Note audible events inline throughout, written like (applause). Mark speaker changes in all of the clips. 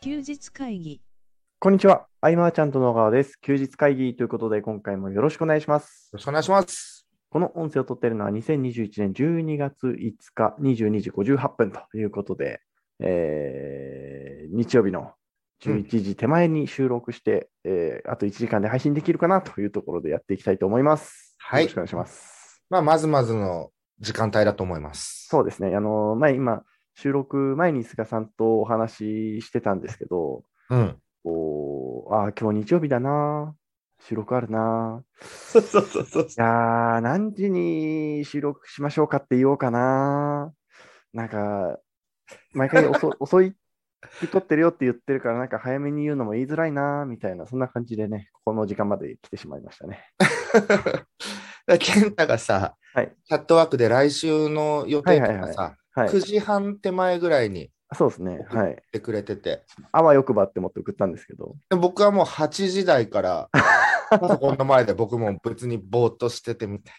Speaker 1: 休日会議
Speaker 2: こんにちは。アイマーちゃんと野川です。休日会議ということで、今回もよろしくお願いします。
Speaker 3: ろしくお願いします。
Speaker 2: この音声を撮っているのは2021年12月5日22時58分ということで、えー日曜日の11時手前に収録して、えーあと1時間で配信できるかなというところでやっていきたいと思います。
Speaker 3: はい
Speaker 2: よろしくお願いします。
Speaker 3: まあ、まずまずの時間帯だと思います。
Speaker 2: そうですね。あの、前、今、収録前に菅さんとお話ししてたんですけど、
Speaker 3: うん。
Speaker 2: こう、ああ、今日日曜日だな、収録あるな、
Speaker 3: そうそうそうそう。
Speaker 2: いやー、何時に収録しましょうかって言おうかな。なんか、毎回遅遅いって撮ってるよって言ってるから、なんか早めに言うのも言いづらいな、みたいな、そんな感じでね、ここの時間まで来てしまいましたね。
Speaker 3: 健太がさ、
Speaker 2: はい
Speaker 3: チャットワークで来週の予定とかさ、
Speaker 2: はい。
Speaker 3: 9時半手前ぐらいに言
Speaker 2: そうですね。はい。
Speaker 3: ってくれてて、
Speaker 2: あわよくばって思って送ったんですけど。
Speaker 3: で僕はもう8時台から、パソコンの前で僕も別にぼーっとしててみたい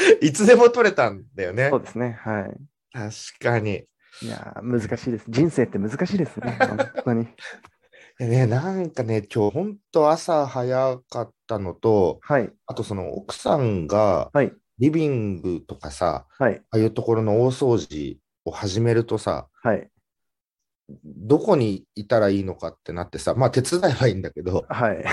Speaker 3: な。いつでも撮れたんだよね
Speaker 2: そ。うですね。は
Speaker 3: 確かに。
Speaker 2: い。いやー、難しいです。人生って難しいですね。本当に。
Speaker 3: でね、なんかね、今日本当朝早かったのと、
Speaker 2: はい。
Speaker 3: あとその奥さんが
Speaker 2: はい
Speaker 3: リビングとかさ、
Speaker 2: はい。
Speaker 3: ああいうところの大掃除を始めるとさ、
Speaker 2: はい。
Speaker 3: どこにいたらいいのかってなってさ、まあ手伝えばいいんだ
Speaker 2: (laughs)
Speaker 3: けど、
Speaker 2: はい。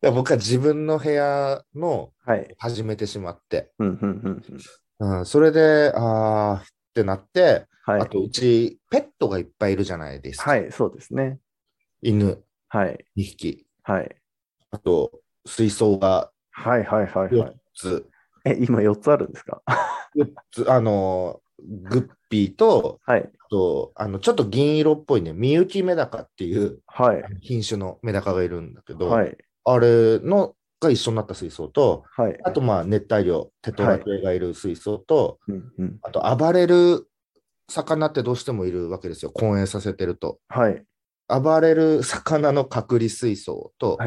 Speaker 3: で僕は自分の部屋の
Speaker 2: はい。
Speaker 3: 始めてしまって、
Speaker 2: うん、うん、うんうん。
Speaker 3: うん、それで、あーってなって、
Speaker 2: はい。
Speaker 3: あとうちペットがいっぱいいるじゃないですか。
Speaker 2: はい、そうですね。
Speaker 3: 犬
Speaker 2: はい。
Speaker 3: 2匹、
Speaker 2: はい。
Speaker 3: あと水槽が
Speaker 2: はいはいはいは
Speaker 3: 4
Speaker 2: い。
Speaker 3: つ。
Speaker 2: (laughs) え、今4つあるんですか
Speaker 3: つあの、グッピーと、
Speaker 2: はい。
Speaker 3: あと、あの、ちょっと銀色っぽいね、ミユキメダカっていう
Speaker 2: はい。
Speaker 3: 品種のメダカがいるんだけど、
Speaker 2: はい。
Speaker 3: あれのが一緒になった水槽と、
Speaker 2: はい。
Speaker 3: あと、まあ、熱帯魚、テトラ系がいる水槽と、
Speaker 2: うんうん。
Speaker 3: あと、暴れる魚ってどうしてもいるわけですよ、混泳させてると。
Speaker 2: はい。
Speaker 3: 暴れる魚の隔離水槽と、
Speaker 2: へ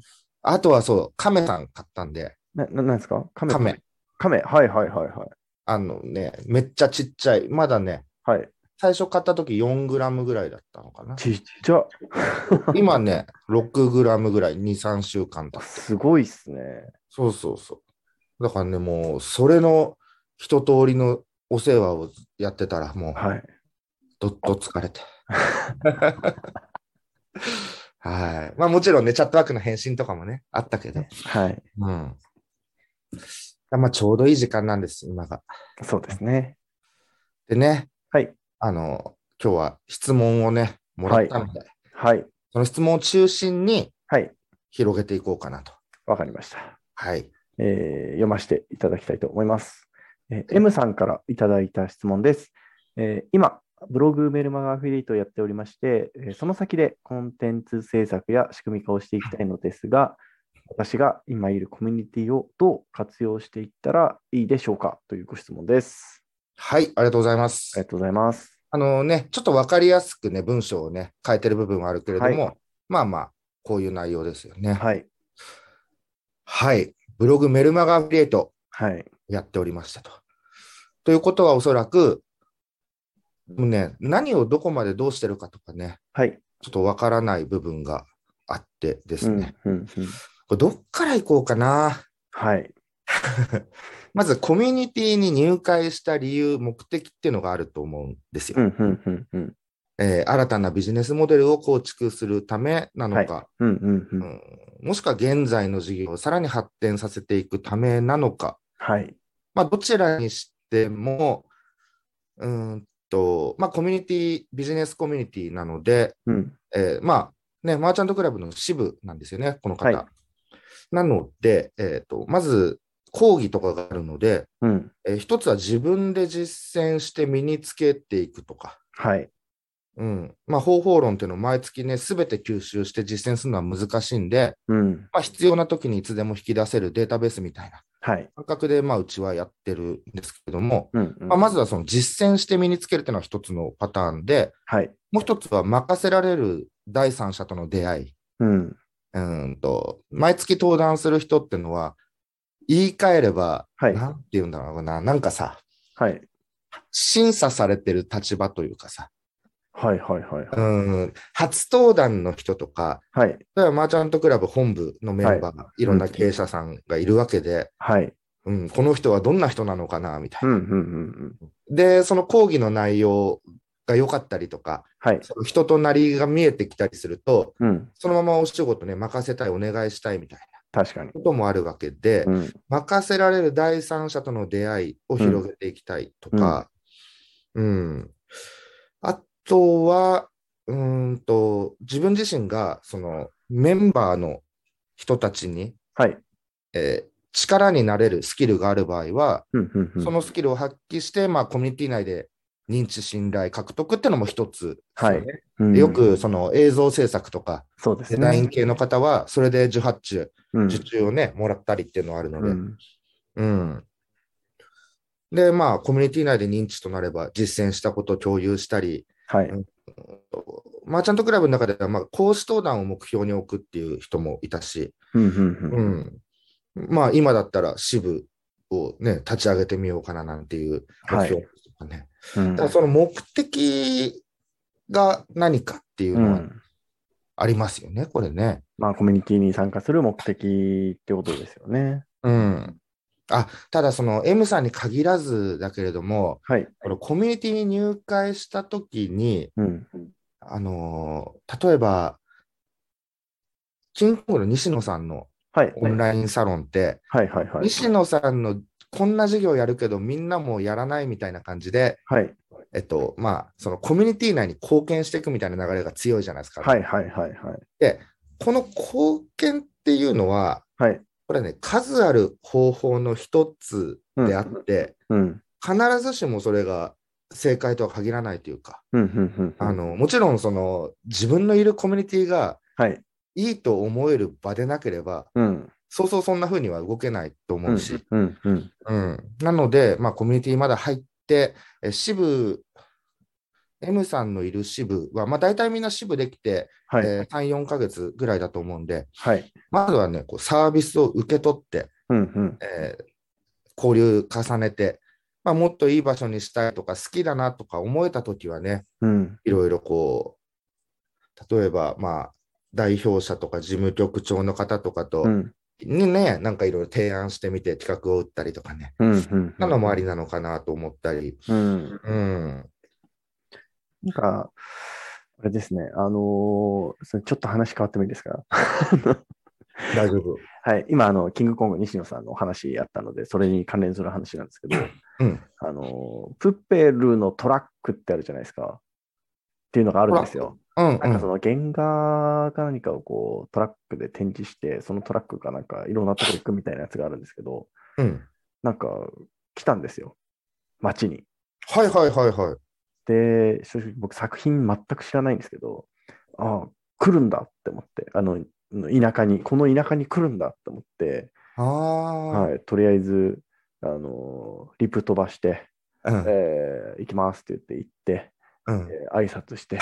Speaker 2: え。
Speaker 3: あとはそう、カメさん買ったんで、
Speaker 2: な、ななんですかカメ。
Speaker 3: カメ。。
Speaker 2: カメ。はいはいはいはい。
Speaker 3: あのね、めっちゃちっちゃい、まだね、
Speaker 2: はい。
Speaker 3: 最初買った時4グラムぐらいだったのか
Speaker 2: (laughs)
Speaker 3: な。
Speaker 2: ちっちゃ。
Speaker 3: 今ね、6グラムぐらい、2、3週間だ。
Speaker 2: すごいっすね。
Speaker 3: そうそうそう。だからね、もう、それの一通りのお世話をやってたら、もう、
Speaker 2: はい。
Speaker 3: どっと疲れて。はい。まあ、もちろんね、チャットワークの返信とかもね、あったけど。
Speaker 2: はい。
Speaker 3: うん。まあ、ちょうどいい時間なんです、今が。
Speaker 2: そうですね。
Speaker 3: でね、
Speaker 2: はい。
Speaker 3: あの、今日は質問をね、もらったので、
Speaker 2: はい。
Speaker 3: その質問を中心に
Speaker 2: はい。
Speaker 3: 広げていこうかなと。
Speaker 2: わかりました。
Speaker 3: はい。
Speaker 2: えー読ませていただきたいと思います。えー M さんからいただいた質問です。えー今、ブログメルマガアフィリエイトをやっておりまして、えーその先でコンテンツ制作や仕組み化をしていきたいのですが、私が今いるコミュニティをどう活用していったらいいでしょうかというご質問です。
Speaker 3: はい、ありがとうございま
Speaker 2: あ
Speaker 3: す
Speaker 2: り。がとうございます。
Speaker 3: あのね、ちょっと分かりやすくね、文章をね、変えてる部分はあるけれども、
Speaker 2: は
Speaker 3: まあまあ、こういう内容ですよね。はい。
Speaker 2: はい。
Speaker 3: ブログメルマガアフィリエイト
Speaker 2: はい。
Speaker 3: やっておりましたと。ということはおそらく、もうね、何をどこまでどうしてるかとかね、
Speaker 2: はい。
Speaker 3: ちょっと分からない部分があってです
Speaker 2: うん
Speaker 3: ね、
Speaker 2: うんうん
Speaker 3: これどっから行こうかな。 (laughs)
Speaker 2: はい。
Speaker 3: まず、コミュニティに入会した理由、目的っていうのがあると思うんですよ。
Speaker 2: うんうんうんうん
Speaker 3: えー新たなビジネスモデルを構築するためなのか、
Speaker 2: うんうんう。
Speaker 3: うんんもしくは現在の事業をさらに発展させていくためなのか、
Speaker 2: はい。
Speaker 3: まあ、どちらにしても、うーんとまあ、コミュニティ、ビジネスコミュニティなので、
Speaker 2: うん。
Speaker 3: えーまあね、マーチャントクラブの支部なんですよね、この方。
Speaker 2: はい
Speaker 3: なので、えーと、まず講義とかがあるので、
Speaker 2: うん。
Speaker 3: えー一つは自分で実践して身につけていくとか、
Speaker 2: はい。
Speaker 3: うんまあ、方法論っていうのを毎月ね、すべて吸収して実践するのは難しいんで、
Speaker 2: うん。
Speaker 3: まあ、必要な時にいつでも引き出せるデータベースみたいな
Speaker 2: はい。
Speaker 3: 感覚で、まあ、うちはやってるんですけども、
Speaker 2: うんうん
Speaker 3: まあ、まずはその実践して身につけるっていうのは一つのパターンで、
Speaker 2: はい。
Speaker 3: もう一つは任せられる第三者との出会い。
Speaker 2: うん。
Speaker 3: うーんと毎月登壇する人っていうのは、言い換えれば、
Speaker 2: はい
Speaker 3: なんて言うんだろうな、なんかさ、
Speaker 2: はい。
Speaker 3: 審査されてる立場というかさ、
Speaker 2: はいはいはい。
Speaker 3: うん、初登壇の人とか、
Speaker 2: はい。
Speaker 3: 例えばマーチャントクラブ本部のメンバーが、いろんな経営者さんがいるわけで、
Speaker 2: はい。
Speaker 3: うん、この人はどんな人なのかな、みたい
Speaker 2: うん
Speaker 3: な。
Speaker 2: うんうんうん。
Speaker 3: で、その講義の内容が良かったりとか、
Speaker 2: はい。
Speaker 3: その人となりが見えてきたりすると、
Speaker 2: うん。
Speaker 3: そのままお仕事ね、任せたい、お願いしたいみたいな
Speaker 2: 確かに。
Speaker 3: こともあるわけで、
Speaker 2: うん。
Speaker 3: 任せられる第三者との出会いを広げていきたいとか、うん。あとは、うーんと、自分自身が、その、メンバーの人たちに、
Speaker 2: はい。
Speaker 3: えー力になれるスキルがある場合は、
Speaker 2: うんうんうん。
Speaker 3: そのスキルを発揮して、まあ、コミュニティ内で認知、信頼、獲得ってのも一つですよね、
Speaker 2: うん
Speaker 3: でよ、く、その映像制作とか、
Speaker 2: そうです
Speaker 3: デザイン
Speaker 2: ね。
Speaker 3: 系の方は、それで受発注、
Speaker 2: うん
Speaker 3: 受注をね、もらったりっていうのはあるので、
Speaker 2: うん
Speaker 3: うん。で、まあ、コミュニティ内で認知となれば、実践したことを共有したり、
Speaker 2: はい。
Speaker 3: マーチャントクラブの中では、まあ、講師登壇を目標に置くっていう人もいたし、
Speaker 2: うんうん
Speaker 3: う
Speaker 2: うん。
Speaker 3: ん。まあ、今だったら支部をね、立ち上げてみようかななんていう目標とかね。
Speaker 2: うん
Speaker 3: だからその目的が何かっていう
Speaker 2: う
Speaker 3: のは
Speaker 2: ん
Speaker 3: ありますよね、これね。
Speaker 2: まあ、コミュニティに参加する目的ってことですよね。
Speaker 3: うん。あ、ただその M さんに限らずだけれども、
Speaker 2: はい。
Speaker 3: このコミュニティに入会したときに、
Speaker 2: うん。
Speaker 3: あのー例えば、キングコングの西野さんの
Speaker 2: はい。
Speaker 3: オンラインサロンって、
Speaker 2: はいはいはい。
Speaker 3: 西野さんのこんな授業やるけど、みんなもうやらないみたいな感じで、
Speaker 2: はい。
Speaker 3: えっと、まあ、そのコミュニティ内に貢献していくみたいな流れが強いじゃないですか。
Speaker 2: はいはいはいはい。
Speaker 3: で、この貢献っていうのは、
Speaker 2: はい。
Speaker 3: これね、数ある方法の一つ
Speaker 2: うん
Speaker 3: であって、
Speaker 2: うん。
Speaker 3: 必ずしもそれが正解とは限らないというか、
Speaker 2: うんうんうん。
Speaker 3: あ、の、もちろん、その、自分のいるコミュニティが
Speaker 2: はい。
Speaker 3: いいと思える場でなければ、
Speaker 2: うん。
Speaker 3: そうそうそんな風には動けない
Speaker 2: う
Speaker 3: と思
Speaker 2: ん
Speaker 3: うし、
Speaker 2: うんうん。
Speaker 3: うん。なので、まあ、コミュニティまだ入って、え支部、M さんのいる支部は、まあ、大体みんな支部できて、
Speaker 2: はい。
Speaker 3: えー3、4ヶ月ぐらいだと思うんで、
Speaker 2: はい。
Speaker 3: まずはね、こうサービスを受け取って、
Speaker 2: うんうん。
Speaker 3: えー交流重ねて、まあ、もっといい場所にしたいとか、好きだなとか思えたときはね、
Speaker 2: うん。
Speaker 3: いろいろこう、例えば、まあ、代表者とか事務局長の方とかと、
Speaker 2: うん。
Speaker 3: にね、なんかいろいろ提案してみて企画を打ったりとかね、
Speaker 2: うんうん。
Speaker 3: なのもありなのかなと思ったり、
Speaker 2: うん。
Speaker 3: うん、
Speaker 2: なんか、あれですね、あのーそれちょっと話変わってもいいですか (laughs)
Speaker 3: 大丈夫。
Speaker 2: はい、今、あの、キングコング西野さんのお話やったので、それに関連する話なんですけど、
Speaker 3: うん
Speaker 2: あのープッペルのトラックってあるじゃないですか。っていうのがあるんですよ。
Speaker 3: うん、
Speaker 2: なんかその原画か何かをこうトラックで展示して、そのトラックがなんかいろんなとこ行くみたいなやつがあるんですけど、
Speaker 3: うん、うん。
Speaker 2: なんか来たんですよ、街に。
Speaker 3: はいはいはいはい。
Speaker 2: で、正直僕作品全く知らないんですけど、ああ、来るんだって思って、あの、田舎に、この田舎に来るんだって思って、
Speaker 3: ああ、
Speaker 2: はい、とりあえず、あのーリプ飛ばして、
Speaker 3: うん、
Speaker 2: えー行きますって言って行って、
Speaker 3: うん。
Speaker 2: えー挨拶 (laughs) して、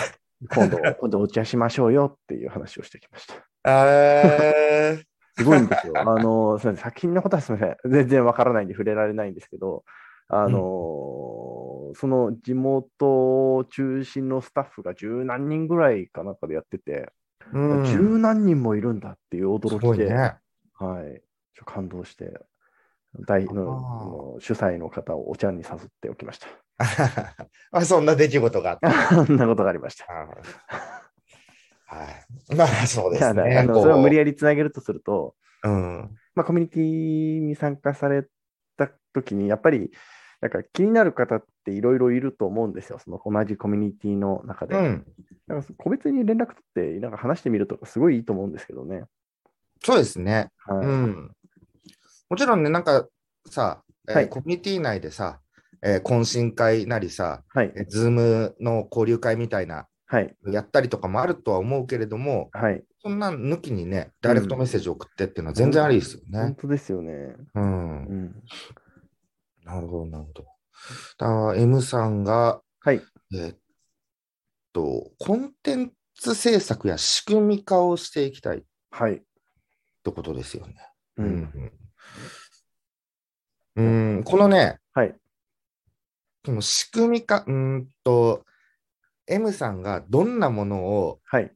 Speaker 2: 今度、今度お茶しましょうよっていう話をしてきました。
Speaker 3: えー、
Speaker 2: すごいんです
Speaker 3: (laughs)
Speaker 2: よ。あのー、すみません、作品のことはすみません、全然わからないんで触れられないんですけど、あのーその地元を中心のスタッフが十何人ぐらいかなんかでやってて、
Speaker 3: (laughs) うん、
Speaker 2: 十何人もいるんだっていう
Speaker 3: す
Speaker 2: 驚
Speaker 3: ご
Speaker 2: き
Speaker 3: い
Speaker 2: で、
Speaker 3: ね。
Speaker 2: はい、ちょ感動して、大の
Speaker 3: あー
Speaker 2: もう主催の方をお茶に誘っておきました。 (laughs)
Speaker 3: (laughs) あそんな出来事があった。
Speaker 2: そんなことがありました。
Speaker 3: はい。まあ、そうです
Speaker 2: た
Speaker 3: ね。
Speaker 2: だあの
Speaker 3: こう
Speaker 2: それを無理やりつなげるとすると、
Speaker 3: うん。
Speaker 2: まあ、コミュニティに参加された時にやっぱりなんか気になる方っていろいろいると思うんですよその同じコミュニティの中で、
Speaker 3: うん。
Speaker 2: なんか個別に連絡取ってなんか話してみるとかすごいいいと思うんですけどね、
Speaker 3: そうですね。
Speaker 2: はい
Speaker 3: うん。もちろんね、なんかさ、えー
Speaker 2: はい
Speaker 3: コミュニティ内でさ、えー懇親会なりさ、
Speaker 2: はい
Speaker 3: えーズームの交流会みたいな、
Speaker 2: はい
Speaker 3: やったりとかもあるとは思うけれども、
Speaker 2: はい、
Speaker 3: そんなん抜きにね、ダイレクトメッセージ送ってっていうのは全然ありですよ
Speaker 2: 本
Speaker 3: ね。
Speaker 2: 当ですよね、
Speaker 3: うん。
Speaker 2: うん、
Speaker 3: なるほど、なるほど。だから M さんが、
Speaker 2: はい
Speaker 3: えーっと、コンテンツ制作や仕組み化をしていきたいっ
Speaker 2: はい、
Speaker 3: てことですよね。
Speaker 2: うん
Speaker 3: うん、うんこのね、
Speaker 2: はい
Speaker 3: この仕組み化、うーんと、 M さんがどんなものを
Speaker 2: はい。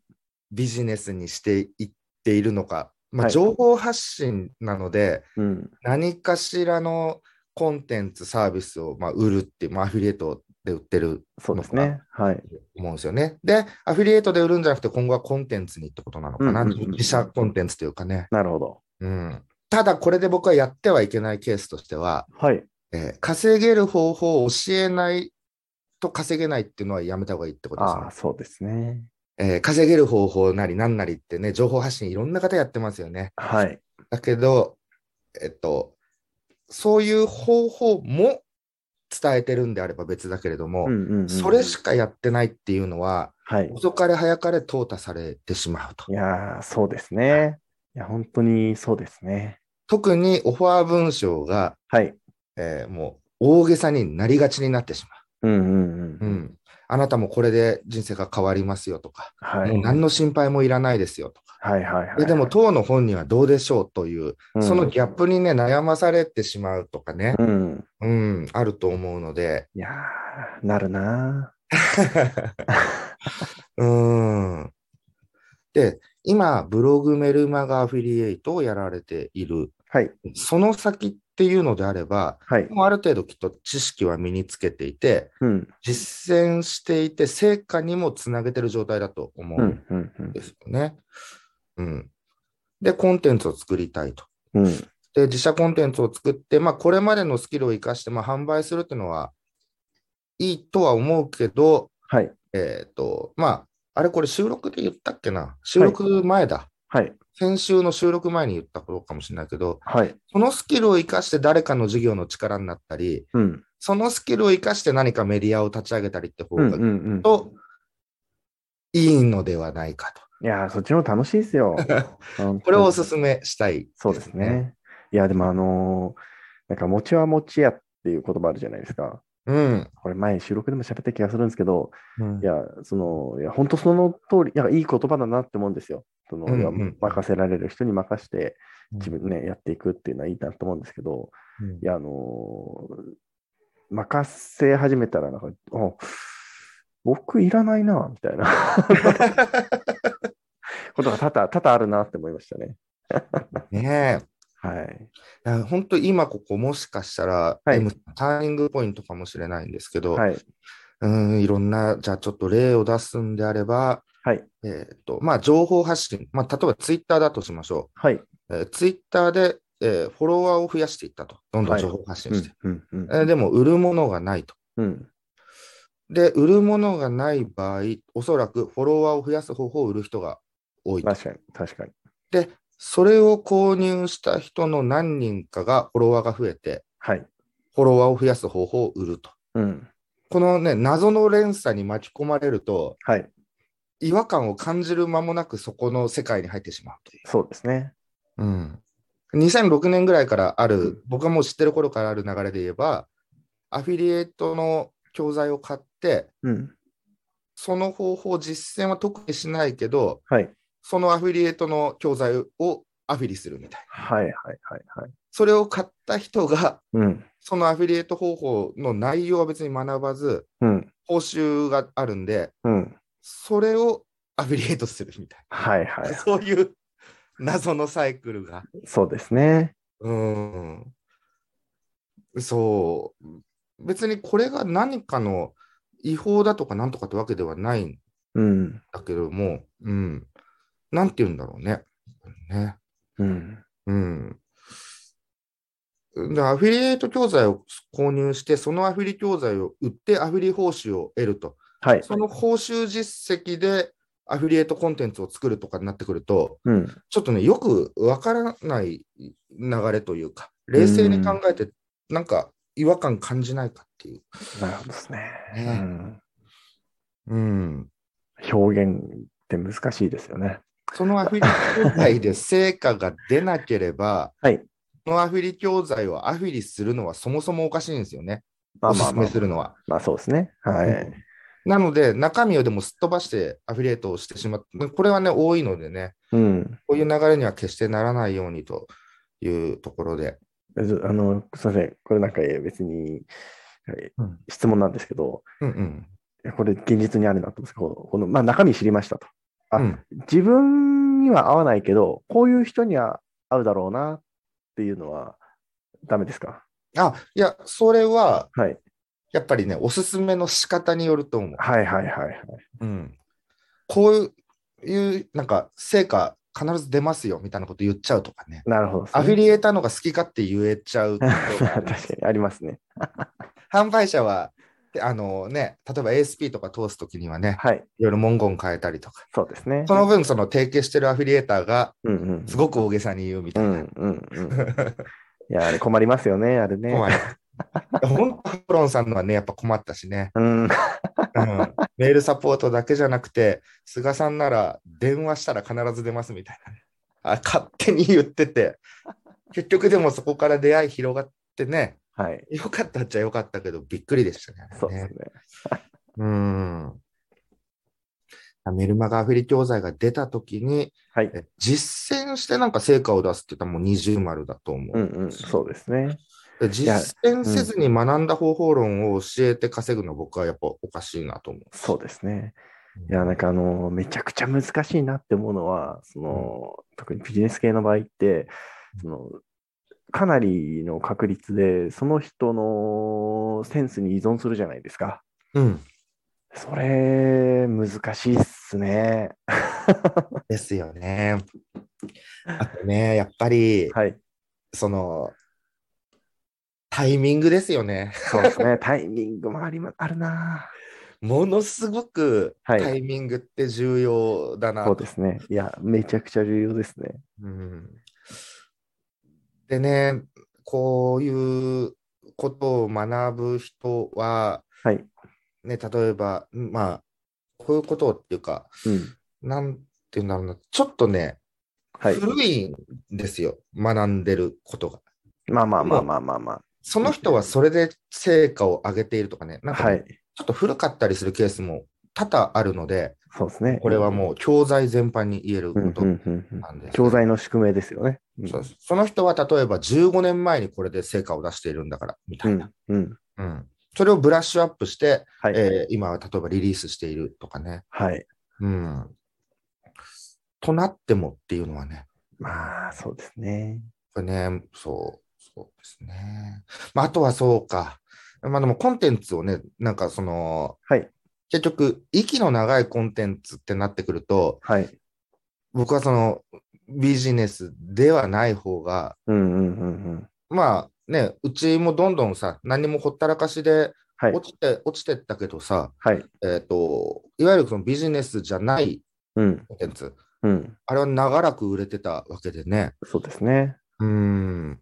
Speaker 3: ビジネスにしていっているのか、ま
Speaker 2: は
Speaker 3: あ、
Speaker 2: い
Speaker 3: 情報発信なので、
Speaker 2: うん。
Speaker 3: 何かしらのコンテンツ、サービスをまあ売るっていう、まあ、アフィリエイトで売ってる
Speaker 2: そうですね。はい。
Speaker 3: と思うんですよね。で、アフィリエイトで売るんじゃなくて、今後はコンテンツにってことなのかな、
Speaker 2: うんうんうんうん
Speaker 3: 自社コンテンツというかね。
Speaker 2: なるほど。
Speaker 3: うん、ただ、これで僕はやってはいけないケースとしては、
Speaker 2: はい。
Speaker 3: えー稼げる方法を教えないと稼げないっていうのはやめた方がいいってことです
Speaker 2: あ
Speaker 3: ね
Speaker 2: あ、。そうですね。
Speaker 3: えー稼げる方法なり何なりってね、情報発信いろんな方やってますよね。
Speaker 2: はい。
Speaker 3: だけど、えっと、そういう方法も伝えてるんであれば別だけれども、
Speaker 2: うんうんうん
Speaker 3: それしかやってないっていうのは、
Speaker 2: はい。
Speaker 3: 遅かれ早かれ淘汰されてしまうと
Speaker 2: い。やー、そうですね。いや、本当にそうですね。
Speaker 3: 特にオファー文章が、
Speaker 2: はい。
Speaker 3: えーもう大げさになりがちになってし
Speaker 2: うんうんう。
Speaker 3: まう。うんん。あなたもこれで人生が変わりますよとか、
Speaker 2: はい。
Speaker 3: もう何の心配もいらないですよとか。
Speaker 2: はいはいはい。
Speaker 3: ででも、当の本人はどうでしょうという、
Speaker 2: うん
Speaker 3: そのギャップにね、悩まされてしまうとかね、
Speaker 2: うん。
Speaker 3: うん、あると思うので、
Speaker 2: いやー、なるな
Speaker 3: うーん。で、今、ブログメルマガアフィリエイトをやられている。
Speaker 2: ー。はい。
Speaker 3: その先っていうのであれば、
Speaker 2: はい。
Speaker 3: もうある程度きっと知識は身につけていて、
Speaker 2: うん。
Speaker 3: 実践していて、成果にもつなげてる状態だと思
Speaker 2: う
Speaker 3: うん
Speaker 2: ん。うん。うん
Speaker 3: ですよね。うん。で、コンテンツを作りたいと。
Speaker 2: うん。
Speaker 3: で、自社コンテンツを作って、まあ、これまでのスキルを活かして、まあ、販売するっていうのはいいとは思うけど、
Speaker 2: はい。
Speaker 3: えっ、と、まあ、あれこれ収録で言ったっけな収録前だ。
Speaker 2: はい。
Speaker 3: 先週の収録前に言ったことかもしれないけど、
Speaker 2: はい。
Speaker 3: そのスキルを活かして誰かの事業の力になったり、
Speaker 2: うん。
Speaker 3: そのスキルを活かして何かメディアを立ち上げたりって方
Speaker 2: うん。
Speaker 3: が
Speaker 2: うんうん。
Speaker 3: と、いいのではないかと。
Speaker 2: いやー、そっちの方が楽しいです
Speaker 3: (laughs)
Speaker 2: よ。
Speaker 3: これをお
Speaker 2: す
Speaker 3: 勧めしたい、
Speaker 2: そうです。ね。いや、でもあのーなんか、餅は餅やっていう言葉あるじゃないですか。
Speaker 3: うん。
Speaker 2: これ前収録でも喋った気がするんですけど、
Speaker 3: うん
Speaker 2: いや、その、いや、本当その通り、いや、いい言葉だなって思うんですよ。その、
Speaker 3: うんうん
Speaker 2: 要は任せられる人に任して、
Speaker 3: うん
Speaker 2: 自分ね、やっていくっていうのはいいなと思うんですけど、
Speaker 3: うん
Speaker 2: いや、あのー任せ始めたら、なんか、あ僕いらないな、みた
Speaker 3: (laughs)
Speaker 2: いなことが多々、多々あるなって思いましたね。
Speaker 3: ねえ。
Speaker 2: はい。
Speaker 3: いや本当今ここもしかしたら、
Speaker 2: はい
Speaker 3: M ターニングポイントかもしれないんですけど、
Speaker 2: はい。
Speaker 3: うん、いろんな、じゃあちょっと例を出すんであれば、
Speaker 2: はい。
Speaker 3: えーっと、まあ、情報発信、まあ、例えばツイッターだとしましょ
Speaker 2: はい。
Speaker 3: う。えーツイッターで、えーフォロワーを増やしていったと。どんどん情報発信して。
Speaker 2: うん。うん。
Speaker 3: えーでも、売るものがないと。
Speaker 2: うん。
Speaker 3: で、売るものがない場合、おそらくフォロワーを増やす方法を売る人が多いと。
Speaker 2: 確かに、確かに。
Speaker 3: で、それを購入した人の何人かがフォロワーが増えて、
Speaker 2: はい。
Speaker 3: フォロワーを増やす方法を売ると。
Speaker 2: うん。
Speaker 3: このね、謎の連鎖に巻き込まれると、
Speaker 2: はい。
Speaker 3: 違和感を感じる間もなくそこの世界に入ってしまうという。
Speaker 2: そうですね。
Speaker 3: うん、2006年ぐらいからある、
Speaker 2: うん
Speaker 3: 僕がもう知ってる頃からある流れで言えば、アフィリエイトの教材を買って、
Speaker 2: うん。
Speaker 3: その方法、実践は特にしないけど、
Speaker 2: はい。
Speaker 3: そのアフィリエイトの教材をアフィリするみたいな。
Speaker 2: はいはいはいはい。
Speaker 3: それを買った人が、
Speaker 2: うん。
Speaker 3: そのアフィリエイト方法の内容は別に学ばず、
Speaker 2: うん。
Speaker 3: 報酬があるんで、
Speaker 2: うん。
Speaker 3: それをアフィリエイトするみたい
Speaker 2: はいは (laughs)
Speaker 3: な。
Speaker 2: い。
Speaker 3: そういう謎のサイクルが。
Speaker 2: そうですね。
Speaker 3: うん。そう。別にこれが何かの違法だとかなんとかってわけではないん
Speaker 2: うん。
Speaker 3: だけども、うん。なんて言うんだろうね。ね。
Speaker 2: うん。
Speaker 3: うん。でアフィリエイト教材を購入して、そのアフィリ教材を売ってアフィリ報酬を得ると。
Speaker 2: はい。
Speaker 3: その報酬実績でアフィリエイトコンテンツを作るとかになってくると、
Speaker 2: うん。
Speaker 3: ちょっとね、よくわからない流れというか、冷静に考えて、なんか違和感感じないかっていう。
Speaker 2: なるほどですね。
Speaker 3: ね
Speaker 2: うん
Speaker 3: うん。
Speaker 2: 表現って難しいですよね。
Speaker 3: そのアフィリ教材で成果が出なければ、
Speaker 2: (laughs) はい。
Speaker 3: そのアフィリ教材をアフィリするのはそもそもおかしいんですよね。
Speaker 2: まあ
Speaker 3: お
Speaker 2: まあ
Speaker 3: すす
Speaker 2: まあ
Speaker 3: めす。るのは。
Speaker 2: まあそうですね。は
Speaker 3: う
Speaker 2: い
Speaker 3: ん。なので、中身をでもすっ飛ばしてアフィリエイトをしてしまって、これはね、多いのでね、
Speaker 2: うん。
Speaker 3: こういう流れには決してならないようにというところで。
Speaker 2: えずあの、すみません。これなんかえ別に、え
Speaker 3: うん
Speaker 2: 質問なんですけど、
Speaker 3: うんうん。
Speaker 2: いやこれ現実にあるなと思うんですけど、この、まあ、中身知りましたと。あ
Speaker 3: うん
Speaker 2: 自分には合わないけど、こういう人には合うだろうなっていうのは、ダメですか
Speaker 3: あ、いや、それは、
Speaker 2: はい。
Speaker 3: やっぱりね、おすすめの仕方によると思う。
Speaker 2: はいはいはいはい。
Speaker 3: うん、こういう、なんか、成果必ず出ますよみたいなこと言っちゃうとかね。
Speaker 2: なるほど、ね。
Speaker 3: アフィリエーターの方が好き勝手言えちゃうとか
Speaker 2: (laughs) 確かにありますね。
Speaker 3: 販売者は、であのね、例えば ASP とか通すときにはね、
Speaker 2: はい。
Speaker 3: いろいろ文言変えたりとか、
Speaker 2: そうですね。
Speaker 3: その分、その提携してるアフィリエーターが、
Speaker 2: うんうん。
Speaker 3: すごく大げさに言うみ
Speaker 2: う
Speaker 3: たいな。
Speaker 2: んうんうん。いや、あれ困りますよね、あれね。
Speaker 3: (laughs) 困る。本当、ハプロンさんのはね、やっぱ困ったしね、
Speaker 2: うん。
Speaker 3: うんメールサポートだけじゃなくて、菅さんなら電話したら必ず出ますみたいなね、あ勝手に言ってて、結局でもそこから出会い広がってね、
Speaker 2: はい。
Speaker 3: よかったっちゃよかったけど、びっくりでしたね。
Speaker 2: そうですね。
Speaker 3: うん。メルマガアフィリ教材が出たときに、
Speaker 2: はい。
Speaker 3: え実践してなんか成果を出すって言ったらもう二重丸だと思う
Speaker 2: う。んうん。そうですね。
Speaker 3: で実践せずに学んだ方法論を教えて稼ぐのは僕はやっぱおかしいなと思う。
Speaker 2: そうですね。いや、なんかあの、めちゃくちゃ難しいなって思うのは、その、特にビジネス系の場合って、その、かなりの確率で、その人のセンスに依存するじゃないですか。
Speaker 3: うん。
Speaker 2: それ、難しいっすね。
Speaker 3: ですよね。あとね、やっぱり、
Speaker 2: はい。
Speaker 3: その、タイミングですよね。 (laughs)
Speaker 2: そうですね。 (laughs) タイミングもありま、あるな
Speaker 3: ものすごく
Speaker 2: はい
Speaker 3: タイミングって重要だな
Speaker 2: そう
Speaker 3: と
Speaker 2: ですね。いや、めちゃくちゃ重要ですね。
Speaker 3: うんでね、こういうことを学ぶ人は、
Speaker 2: はい。
Speaker 3: ね、例えば、まあ、こういうことをっていうか、
Speaker 2: うん。
Speaker 3: なんていうんだろうな、ちょっとね、
Speaker 2: はい。
Speaker 3: 古いんですよ、学んでることが。
Speaker 2: まあまあまあまあまあま
Speaker 3: その人はそれで成果を上げているとかね、
Speaker 2: あ。
Speaker 3: なんかね、
Speaker 2: はい。
Speaker 3: ちょっと古かったりするケースも多々あるので、
Speaker 2: そうですね。
Speaker 3: これはもう教材全般に言える
Speaker 2: う
Speaker 3: こ
Speaker 2: ん、うん、
Speaker 3: と
Speaker 2: うんうん。
Speaker 3: なんです、
Speaker 2: 教材の宿命ですよね。うん
Speaker 3: そうですその人は例えば15年前にこれで成果を出しているんだからみた
Speaker 2: う
Speaker 3: いな、
Speaker 2: ん。うん。
Speaker 3: うんそれをブラッシュアップして、
Speaker 2: はい。
Speaker 3: えー今は例えばリリースしているとかね、
Speaker 2: はい。
Speaker 3: うん、となってもっていうのはね、
Speaker 2: まあ、そうですね。
Speaker 3: これね、そうそうですね、まあ、あとはそうか、まあ、でもコンテンツをね、なんかその、
Speaker 2: はい。
Speaker 3: 結局、息の長いコンテンツってなってくると、
Speaker 2: はい。
Speaker 3: 僕はそのビジネスではない方が
Speaker 2: うんうんうんうん。
Speaker 3: まあね、うちもどんどんさ、何もほったらかしで
Speaker 2: はい。
Speaker 3: 落ちて、落ちてったけどさ、
Speaker 2: はい。
Speaker 3: えっ、と、いわゆるそのビジネスじゃない
Speaker 2: うん。
Speaker 3: コンテンツ、
Speaker 2: うん。
Speaker 3: あれは長らく売れてたわけでね。
Speaker 2: そうですね。
Speaker 3: うーん。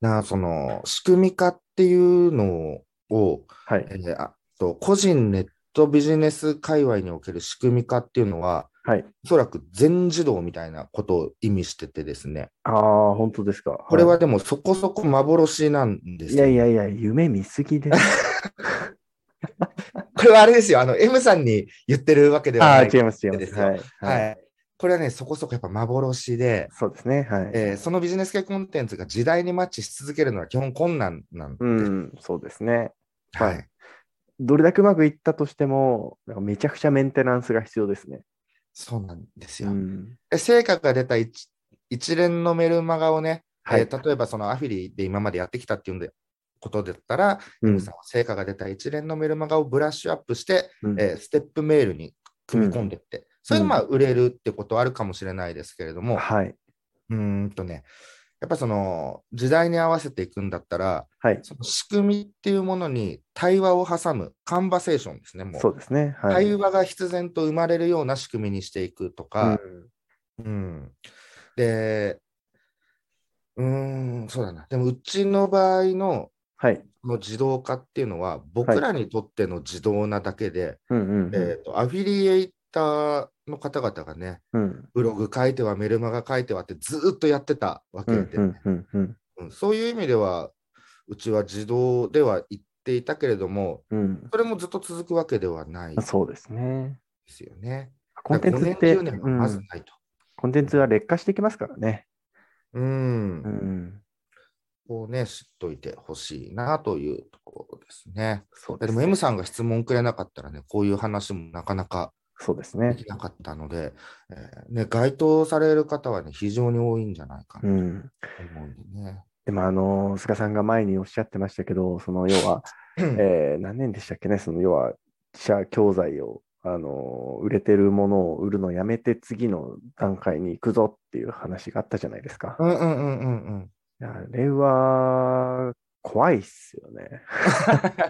Speaker 3: なあ、その、仕組み化っていうのを、
Speaker 2: はい
Speaker 3: え。ーあと個人ネットビジネス界隈における仕組み化っていうのは、
Speaker 2: はい。
Speaker 3: おそらく全自動みたいなことを意味しててですね。
Speaker 2: ああ、本当ですか。
Speaker 3: これはでもそこそこ幻なんで
Speaker 2: い
Speaker 3: す
Speaker 2: や
Speaker 3: よ
Speaker 2: いやいや、夢見すぎ
Speaker 3: (laughs)
Speaker 2: です。
Speaker 3: これはあれですよ。あの、M さんに言ってるわけでは
Speaker 2: ああ、
Speaker 3: ない。
Speaker 2: 違います、違いま。
Speaker 3: ですすよ
Speaker 2: はい。。
Speaker 3: はいい。これはね、そこそこやっぱ幻で、
Speaker 2: そうですね。はい。
Speaker 3: えーそのビジネス系コンテンツが時代にマッチし続けるのは基本困難なんで。
Speaker 2: うん、そうですね。
Speaker 3: は
Speaker 2: はい
Speaker 3: い。
Speaker 2: どれだけうまくいったとしても、なんかめちゃくちゃメンテナンスが必要ですね。
Speaker 3: そうなんです
Speaker 2: う
Speaker 3: よ。
Speaker 2: ん。
Speaker 3: で成果が出た一一連のメルマガをね、
Speaker 2: はい
Speaker 3: えー例えばそのアフィリで今までやってきたっていうんで、ことだったら、
Speaker 2: う
Speaker 3: M
Speaker 2: ん
Speaker 3: さんは成果が出た一連のメルマガをブラッシュアップして、
Speaker 2: うん
Speaker 3: えーステップメールに組み込んでいって、それでまあ売れるってことはあるかもしれないですけれども、
Speaker 2: はい。
Speaker 3: うーんとね、やっぱその時代に合わせていくんだったら、
Speaker 2: はい。
Speaker 3: その仕組みっていうものに対話を挟む、カンバセーションですね、もう。
Speaker 2: そうですね。はい。
Speaker 3: 対話が必然と生まれるような仕組みにしていくと
Speaker 2: う
Speaker 3: か、
Speaker 2: ん
Speaker 3: うんで、うーん、そうだな、でもうちの場合の
Speaker 2: はい。
Speaker 3: この自動化っていうのは、僕らにとっての自動なだけで、
Speaker 2: うんうん
Speaker 3: えーとアフィリエイターの方々がね、
Speaker 2: うん。うん
Speaker 3: ブログ書いてはメルマガ書いてはってずーっとやってたわけ
Speaker 2: う
Speaker 3: で、
Speaker 2: んうんうんうん
Speaker 3: うんそういう意味では、うちは自動では言っていたけれども、
Speaker 2: うん。
Speaker 3: それもずっと続くわけではないで
Speaker 2: そうですね。
Speaker 3: すよね。
Speaker 2: コンテンツって、
Speaker 3: 5年、10年はま
Speaker 2: う
Speaker 3: ず
Speaker 2: ん
Speaker 3: ないと。
Speaker 2: コンテンツは劣化してきますからね。
Speaker 3: うん、
Speaker 2: うん、
Speaker 3: こうね、知っといてほしいなというところでですね。
Speaker 2: そう
Speaker 3: い
Speaker 2: で
Speaker 3: やですも
Speaker 2: ね。
Speaker 3: M さんが質問くれなかったらね、こういう話もなかなか
Speaker 2: そうです
Speaker 3: で
Speaker 2: ね。
Speaker 3: きなかったので、えーね、該当される方はね、非常に多いんじゃないかなと
Speaker 2: うん。
Speaker 3: 思うんでね。
Speaker 2: でも、あの、菅さんが前におっしゃってましたけど、その要は、えー何年でしたっけね、その要は、記者教材を、あの売れてるものを売るのやめて、次の段階に行くぞっていう話があったじゃないですか。
Speaker 3: うんうんうんうんうん。
Speaker 2: いやあれは、怖いっすよね。
Speaker 3: (laughs)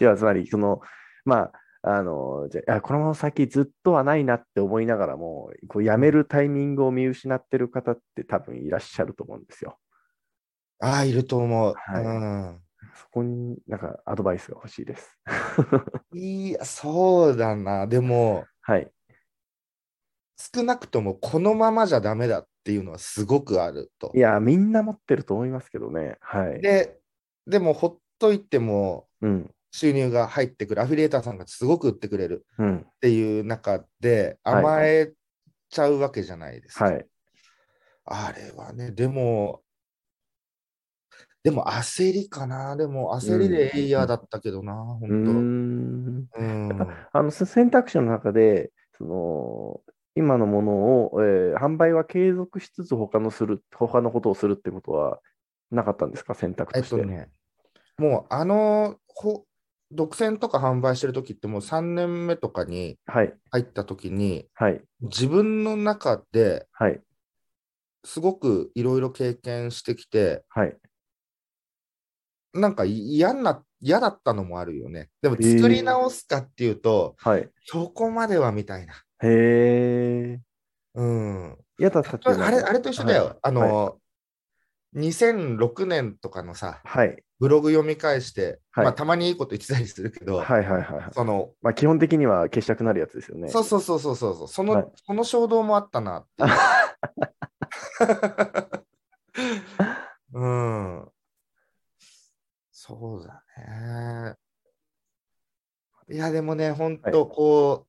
Speaker 2: いや、つまり、その、まあ、あの、じゃあ、あこの先ずっとはないなって思いながらも、こう辞めるタイミングを見失ってる方って多分いらっしゃると思うんですよ。
Speaker 3: ああ、いると思う。
Speaker 2: はい
Speaker 3: うん
Speaker 2: そこになんかアドバイスが欲しい
Speaker 3: (laughs)
Speaker 2: です。
Speaker 3: いや、そうだな。でも、
Speaker 2: はい。
Speaker 3: 少なくともこのままじゃダメだっていうのはすごくあると
Speaker 2: い。や、みんな持ってると思いますけどね。はい。
Speaker 3: で、でもほっといても
Speaker 2: うん。
Speaker 3: 収入が入ってくる、アフィリエーターさんがすごく売ってくれる
Speaker 2: うん。
Speaker 3: っていう中で
Speaker 2: はい
Speaker 3: 甘えちゃうわけじゃないですか。
Speaker 2: はい。
Speaker 3: あれはね、でも、でも焦りかな。でも焦りでエイヤーだったけどな、
Speaker 2: うー
Speaker 3: 本
Speaker 2: ん。
Speaker 3: 当。うん。
Speaker 2: あのせ選択肢の中で、その今のものを、えー販売は継続しつつ他のする、他のことをするってことはなかったんですか、選択
Speaker 3: え
Speaker 2: と
Speaker 3: っ
Speaker 2: して。
Speaker 3: とね、もうあの、ほ独占とか販売してる時ってもう3年目とかに
Speaker 2: はい、
Speaker 3: 入った時に、
Speaker 2: はい、
Speaker 3: 自分の中で
Speaker 2: はい、
Speaker 3: すごくいろいろ経験してきて、
Speaker 2: はい。
Speaker 3: なんか嫌な、嫌だったのもあるよね。でも
Speaker 2: へー
Speaker 3: 作り直すかっていうと、
Speaker 2: はい、
Speaker 3: そこまではみたいな。
Speaker 2: へえ。
Speaker 3: うん。
Speaker 2: 嫌だったっていうのは
Speaker 3: あれ、あれと一緒だよ。
Speaker 2: はい
Speaker 3: あの、2006年とかのさ、
Speaker 2: はい、
Speaker 3: ブログ読み返して、
Speaker 2: はい
Speaker 3: まあたまにいいこと言ってたりするけど、
Speaker 2: はい、はい、はいはい。
Speaker 3: その、
Speaker 2: まあ、基本的には消したくなるやつですよね。
Speaker 3: そうそうそうそうそう、その、
Speaker 2: はい
Speaker 3: その衝動もあったなっていう。うん。 (laughs) そうだね。いや、でもね、本当こ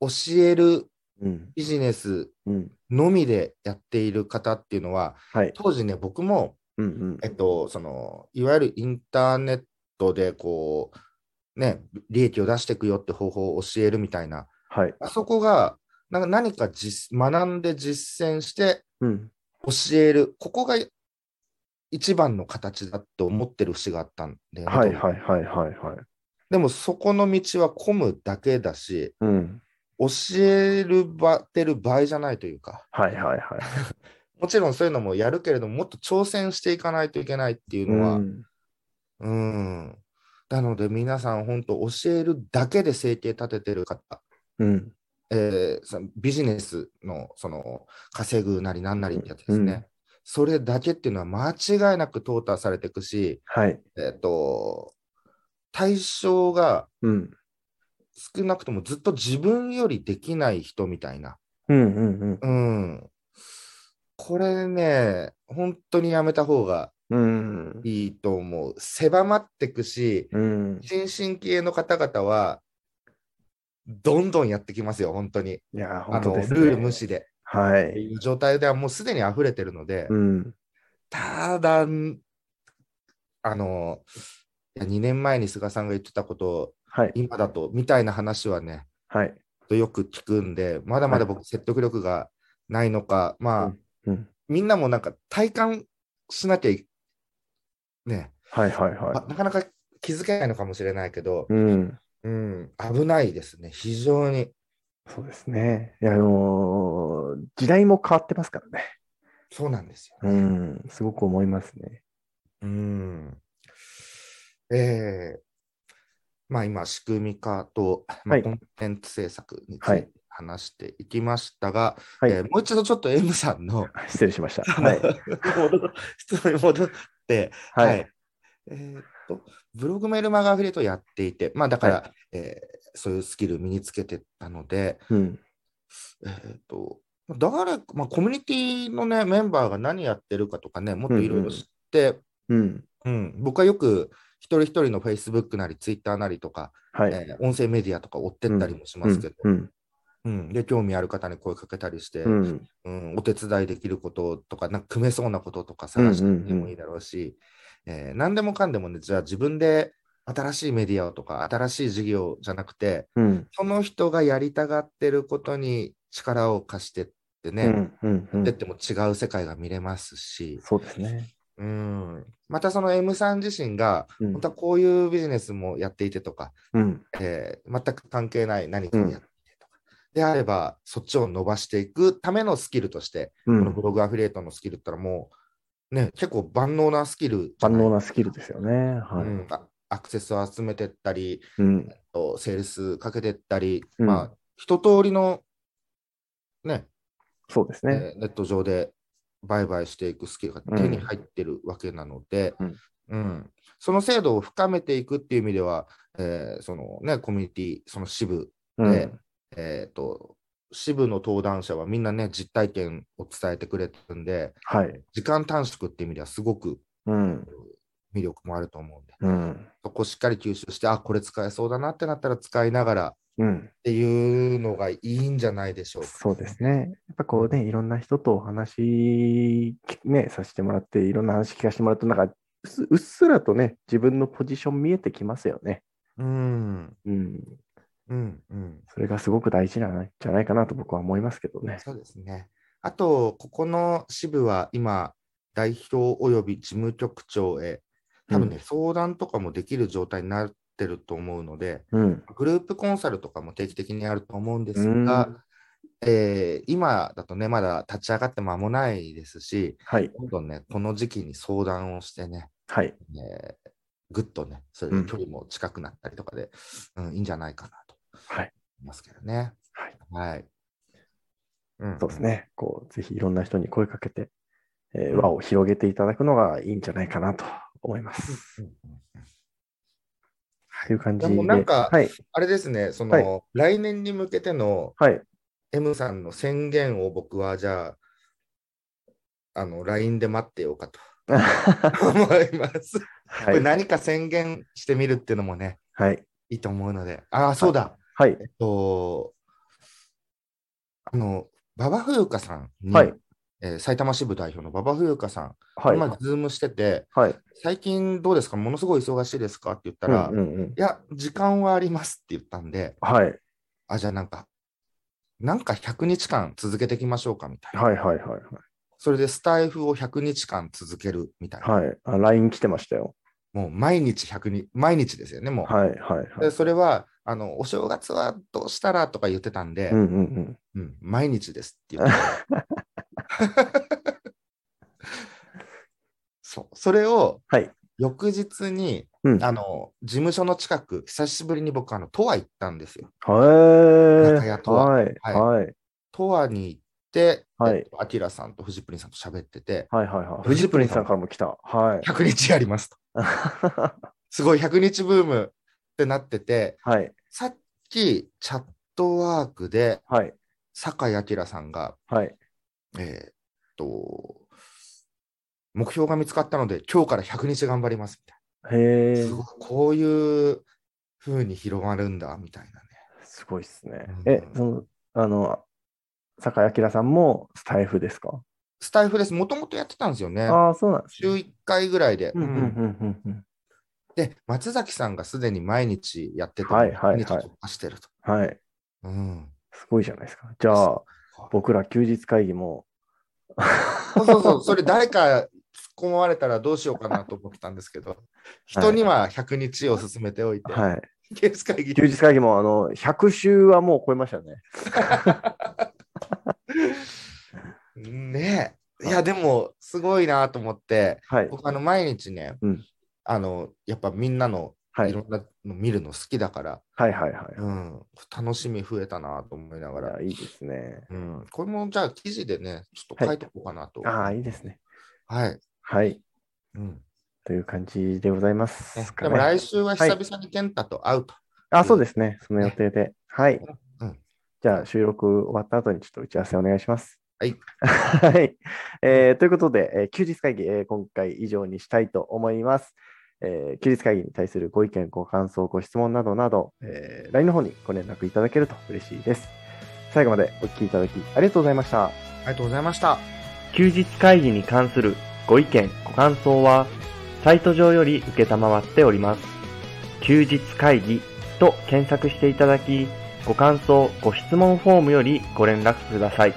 Speaker 3: う、教える
Speaker 2: うん、
Speaker 3: ビジネス
Speaker 2: うん、
Speaker 3: のみでやっている方っていうのは、
Speaker 2: はい、
Speaker 3: 当時ね、僕も、
Speaker 2: うん、うん
Speaker 3: え、っと、その、いわゆるインターネットで、こう、ね、利益を出していくよって方法を教えるみたいな、
Speaker 2: はい、
Speaker 3: あそこが、なんか何か実学んで実践して
Speaker 2: うん、
Speaker 3: 教える、ここが一番の形だと思ってる節があったんで、
Speaker 2: はい、はい、はい、はい、はい。
Speaker 3: でもそこの道は混むだけだし、
Speaker 2: うん、
Speaker 3: 教える場ってる場合じゃないというか、
Speaker 2: はい、はい、はい。
Speaker 3: もちろんそういうのもやるけれども、もっと挑戦していかないといけないっていう
Speaker 2: う
Speaker 3: のは、
Speaker 2: ん、
Speaker 3: うん。なので皆さん、本当教えるだけで生計立ててる方、
Speaker 2: うん、
Speaker 3: えーそのビジネスのその稼ぐなりなんなりってやつですね。
Speaker 2: うん
Speaker 3: それだけっていうのは間違いなく淘汰されていくし、
Speaker 2: はい、
Speaker 3: えっ、と、対象が
Speaker 2: うん、
Speaker 3: 少なくともずっと自分よりできない人みたいな。
Speaker 2: うん、うん、うん。
Speaker 3: うん。これね、本当にやめた方が
Speaker 2: うん。
Speaker 3: いいと思う。狭まってくし、
Speaker 2: うん。
Speaker 3: 新進気鋭の方々は、どんどんやってきますよ、本当に。
Speaker 2: いや、
Speaker 3: あ
Speaker 2: 本当
Speaker 3: の
Speaker 2: です、ね。
Speaker 3: ルール無。視で。
Speaker 2: は
Speaker 3: って
Speaker 2: い。
Speaker 3: いう状態ではもうすでに溢れてるので、
Speaker 2: うん。
Speaker 3: ただ、んあの、いや2年前に菅さんが言ってたことを、
Speaker 2: はい。
Speaker 3: 今だと、みたいな話はね、
Speaker 2: はい。
Speaker 3: よく聞くんで、まだまだ
Speaker 2: は
Speaker 3: 僕、説得力がないのか、まあ、
Speaker 2: うん。
Speaker 3: みんなもなんか体感しなきゃいね、
Speaker 2: はいはい
Speaker 3: ま
Speaker 2: は
Speaker 3: なかなか気づけないのかもしれないけど
Speaker 2: い。、うん。
Speaker 3: うん、危ないですね、非常に。
Speaker 2: そうですね。いや、あのー時代も変わってますからね。
Speaker 3: そうなんですよ。
Speaker 2: うん。すごく思いますね。
Speaker 3: うん。えーまあ今、仕組み化と、
Speaker 2: は
Speaker 3: まあ、
Speaker 2: い
Speaker 3: コンテンツ制作につ
Speaker 2: はい
Speaker 3: いて話していきましたが、
Speaker 2: はい。
Speaker 3: えーもう一度ちょっと M さんの、
Speaker 2: 失礼しました。はい。
Speaker 3: 戻 (laughs) 質問に戻って、
Speaker 2: はい。
Speaker 3: えーっと、ブログメールマガアフィリエイトをやっていて、まあだから、えーそういうスキル身につけてったので、
Speaker 2: うん。
Speaker 3: えーっと、誰か、まあコミュニティのね、メンバーが何やってるかとかね、もっといろいろ知って、
Speaker 2: うん。
Speaker 3: うん、僕はよく一人一人の Facebook なり Twitter なりとか、
Speaker 2: はい。
Speaker 3: えー音声メディアとか追ってったりもしますけど、
Speaker 2: うん。
Speaker 3: うん、で、興味ある方に声かけたりして、
Speaker 2: うん。
Speaker 3: うん、お手伝いできることとか、なんか組めそうなこととか探してみてもいいだろうし、えー何でもかんでもね、じゃあ自分で新しいメディアをとか、新しい事業じゃなくて、
Speaker 2: うん。
Speaker 3: その人がやりたがってることに力を貸してって
Speaker 2: う
Speaker 3: ね、
Speaker 2: ん。うん。う
Speaker 3: やっ
Speaker 2: ん
Speaker 3: ても違う世界が見れますし、
Speaker 2: そうですね。
Speaker 3: うん、またその M さん自身が、
Speaker 2: うん
Speaker 3: 本当はこういうビジネスもやっていてとか、
Speaker 2: うん。
Speaker 3: えー全く関係ない何かをやっていてとか、であれば、そっちを伸ばしていくためのスキルとして、
Speaker 2: う
Speaker 3: この
Speaker 2: ん
Speaker 3: ブ。ログアフィリエイトのスキルってのはもう、ね、結構万能なスキルじゃ
Speaker 2: 万
Speaker 3: い
Speaker 2: 能なスキルですよね。は
Speaker 3: うんあアクセスを集めてったり、
Speaker 2: い。うん。
Speaker 3: とセールスかけてったり、
Speaker 2: うん
Speaker 3: まあ、一通りの、ね
Speaker 2: そうですね。
Speaker 3: えーネット上で売買していくスキルが手に入ってるわけなので、
Speaker 2: うん
Speaker 3: うんその制度を深めていくっていう意味では、えーそのね、コミュニティ、その支部、
Speaker 2: うん。
Speaker 3: ええーと、支部の登壇者はみんなね、実体験を伝えてくれてるんで、
Speaker 2: はい。
Speaker 3: 時間短縮っていう意味ではすごく
Speaker 2: うん。
Speaker 3: 魅力もあると思うんで、
Speaker 2: うん。
Speaker 3: そこをしっかり吸収して、あ、これ使えそうだなってなったら使いながら
Speaker 2: うん。
Speaker 3: っていうのがいいんじゃないでしょうか。
Speaker 2: そうですね。やっぱこうね、いろんな人とお話、ね、させてもらって、いろんな話聞かせてもらうと、なんか、うっすうっすらとね、自分のポジション見えてきますよね。
Speaker 3: うん、
Speaker 2: うん。
Speaker 3: うん、うん。
Speaker 2: それがすごく大事なんじゃないかなと僕は思いますけどね。
Speaker 3: そうですね。あと、ここの支部は今、代表および事務局長へ、多分ね、相談とかもできる状態になってると思うので、
Speaker 2: うん。
Speaker 3: グループコンサルとかも定期的にあると思うんで
Speaker 2: う
Speaker 3: す
Speaker 2: ん。
Speaker 3: が、えー今だとね、まだ立ち上がって間もないですし、
Speaker 2: はい。
Speaker 3: どんどんね、この時期に相談をしてね、
Speaker 2: はい。
Speaker 3: えーぐっとね、それで距離も近くなったりとかで、うんいいんじゃないかなと
Speaker 2: はい。
Speaker 3: 思いますけどね。
Speaker 2: はい。
Speaker 3: はい。うん
Speaker 2: そうですね。こう、ぜひいろんな人に声かけて、えー輪を広げていただくのがいいんじゃないかなと思います。
Speaker 3: うんうんうん
Speaker 2: という感じ
Speaker 3: で
Speaker 2: で。
Speaker 3: もなんか
Speaker 2: はい。
Speaker 3: あれですね、その、
Speaker 2: はい
Speaker 3: 来年に向けての (laughs)
Speaker 2: はい。
Speaker 3: M さんの宣言を僕はじゃあ、あの、LINE で待ってよう
Speaker 2: (laughs)
Speaker 3: かと思います。こ
Speaker 2: は
Speaker 3: れ
Speaker 2: い。
Speaker 3: 何か宣言してみるっていうのもね、
Speaker 2: はい。
Speaker 3: いいと思うので。ああ、そうだ。
Speaker 2: はい。
Speaker 3: えっと、あの、馬場冬香さんに、
Speaker 2: はい
Speaker 3: えー埼玉支部代表の馬場冬香さん、
Speaker 2: はい。
Speaker 3: 今、ズームしてて、
Speaker 2: はい。
Speaker 3: 最近どうですかものすごい忙しいですかって言ったら、
Speaker 2: うんうんうん
Speaker 3: いや、時間はありますって言ったんで、
Speaker 2: はい。
Speaker 3: あ、じゃあなんか、なんか100日間続けていきましょうかみたいな。
Speaker 2: はいはいはい
Speaker 3: それでスタイフを100日間続けるみたいな。
Speaker 2: はい。はい。あ、LINE 来てましたよ。
Speaker 3: もう毎日100日、毎日ですよね、もう。
Speaker 2: はいはいは
Speaker 3: で
Speaker 2: い。
Speaker 3: それは、あの、お正月はどうしたらとか言ってたんで、
Speaker 2: うんうんうん。
Speaker 3: うん毎日ですって
Speaker 2: (laughs)
Speaker 3: 言ってた。そう。それを、
Speaker 2: はい
Speaker 3: 翌日に、
Speaker 2: うん
Speaker 3: あの、事務所の近く、久しぶりに僕、あの、とは行ったんですよ。
Speaker 2: は
Speaker 3: 中
Speaker 2: い。
Speaker 3: 屋とは
Speaker 2: はい。
Speaker 3: はい
Speaker 2: はい。
Speaker 3: とはに行って、
Speaker 2: はい
Speaker 3: えっとアキラさんとフジプリンさんと喋ってて、
Speaker 2: はいはいはい。
Speaker 3: フ
Speaker 2: フ
Speaker 3: ジ
Speaker 2: ジ
Speaker 3: プ
Speaker 2: プ
Speaker 3: リ
Speaker 2: リ
Speaker 3: ン
Speaker 2: ン
Speaker 3: さ
Speaker 2: さ
Speaker 3: ん
Speaker 2: んからも来た。はい。 (laughs)
Speaker 3: 100日やりますと。
Speaker 2: は
Speaker 3: すごい100日ブームってなってて、
Speaker 2: い。
Speaker 3: さっきチャットワークで
Speaker 2: はい。
Speaker 3: 酒井明さんが、
Speaker 2: はい。
Speaker 3: えーっと、目標が見つかったので、今日から100日頑張りますみた
Speaker 2: へ
Speaker 3: い
Speaker 2: え
Speaker 3: な。す。ごいこういう風に広まるんだみたいなね。
Speaker 2: すごいっすね。
Speaker 3: うん
Speaker 2: え、その、あの、酒井明さんもスタイフですか
Speaker 3: スタイフです。もともとやってたんですよね。
Speaker 2: ああ、そうなんです
Speaker 3: 週
Speaker 2: ね。
Speaker 3: 1回ぐらいで。
Speaker 2: うんうん
Speaker 3: うん
Speaker 2: うんうん
Speaker 3: で、松崎さんがすでに毎日やってて、
Speaker 2: はいはいはい
Speaker 3: 毎日突破してると。
Speaker 2: うん。はい。
Speaker 3: うん、
Speaker 2: すごいじゃないですか。じゃあ、僕ら休日会議も。
Speaker 3: そうそうそう、それ誰か突っ込まれたらどうしようかなと思ってたんですけ (laughs) ど、人には100日を進めておい
Speaker 2: (laughs)
Speaker 3: て、
Speaker 2: はい。
Speaker 3: ケース会議
Speaker 2: 休日会議も、あの、100週はもう超えましたね。
Speaker 3: (laughs) ねえ。いや、でも、すごいなと思って、
Speaker 2: はい。
Speaker 3: 僕、あの、毎日ね、
Speaker 2: うん
Speaker 3: あの、やっぱみんなの
Speaker 2: はいい。
Speaker 3: ろんなの見るの好きだから、
Speaker 2: はいはいはい。
Speaker 3: うん、楽しみ増えたなと思いながら、
Speaker 2: いやいいですね。
Speaker 3: うん、これもじゃあ記事でね、ちょっと書いておこうかなと。
Speaker 2: ああ、いいですね。
Speaker 3: はい。
Speaker 2: はい。
Speaker 3: うん
Speaker 2: という感じでございま
Speaker 3: ね
Speaker 2: すか
Speaker 3: で
Speaker 2: ね、
Speaker 3: も来週は久々に健太と会うと。
Speaker 2: あ、そうですね。その予定で。はい。
Speaker 3: うん
Speaker 2: じゃあ、収録終わった後にちょっと打ち合わせお願いします。
Speaker 3: はい。
Speaker 2: (laughs) はい。えーということで、えー休日会議、えー今回以上にしたいと思います。えー休日会議に対するご意見、ご感想、ご質問などなど、えー LINE の方にご連絡いただけると嬉しいです。最後までお聞きいただきありがとうございました。
Speaker 3: ありがとうございました。
Speaker 2: 休日会議に関するご意見、ご感想は、サイト上より受けたまわっております。休日会議と検索していただき、ご感想、ご質問フォームよりご連絡ください。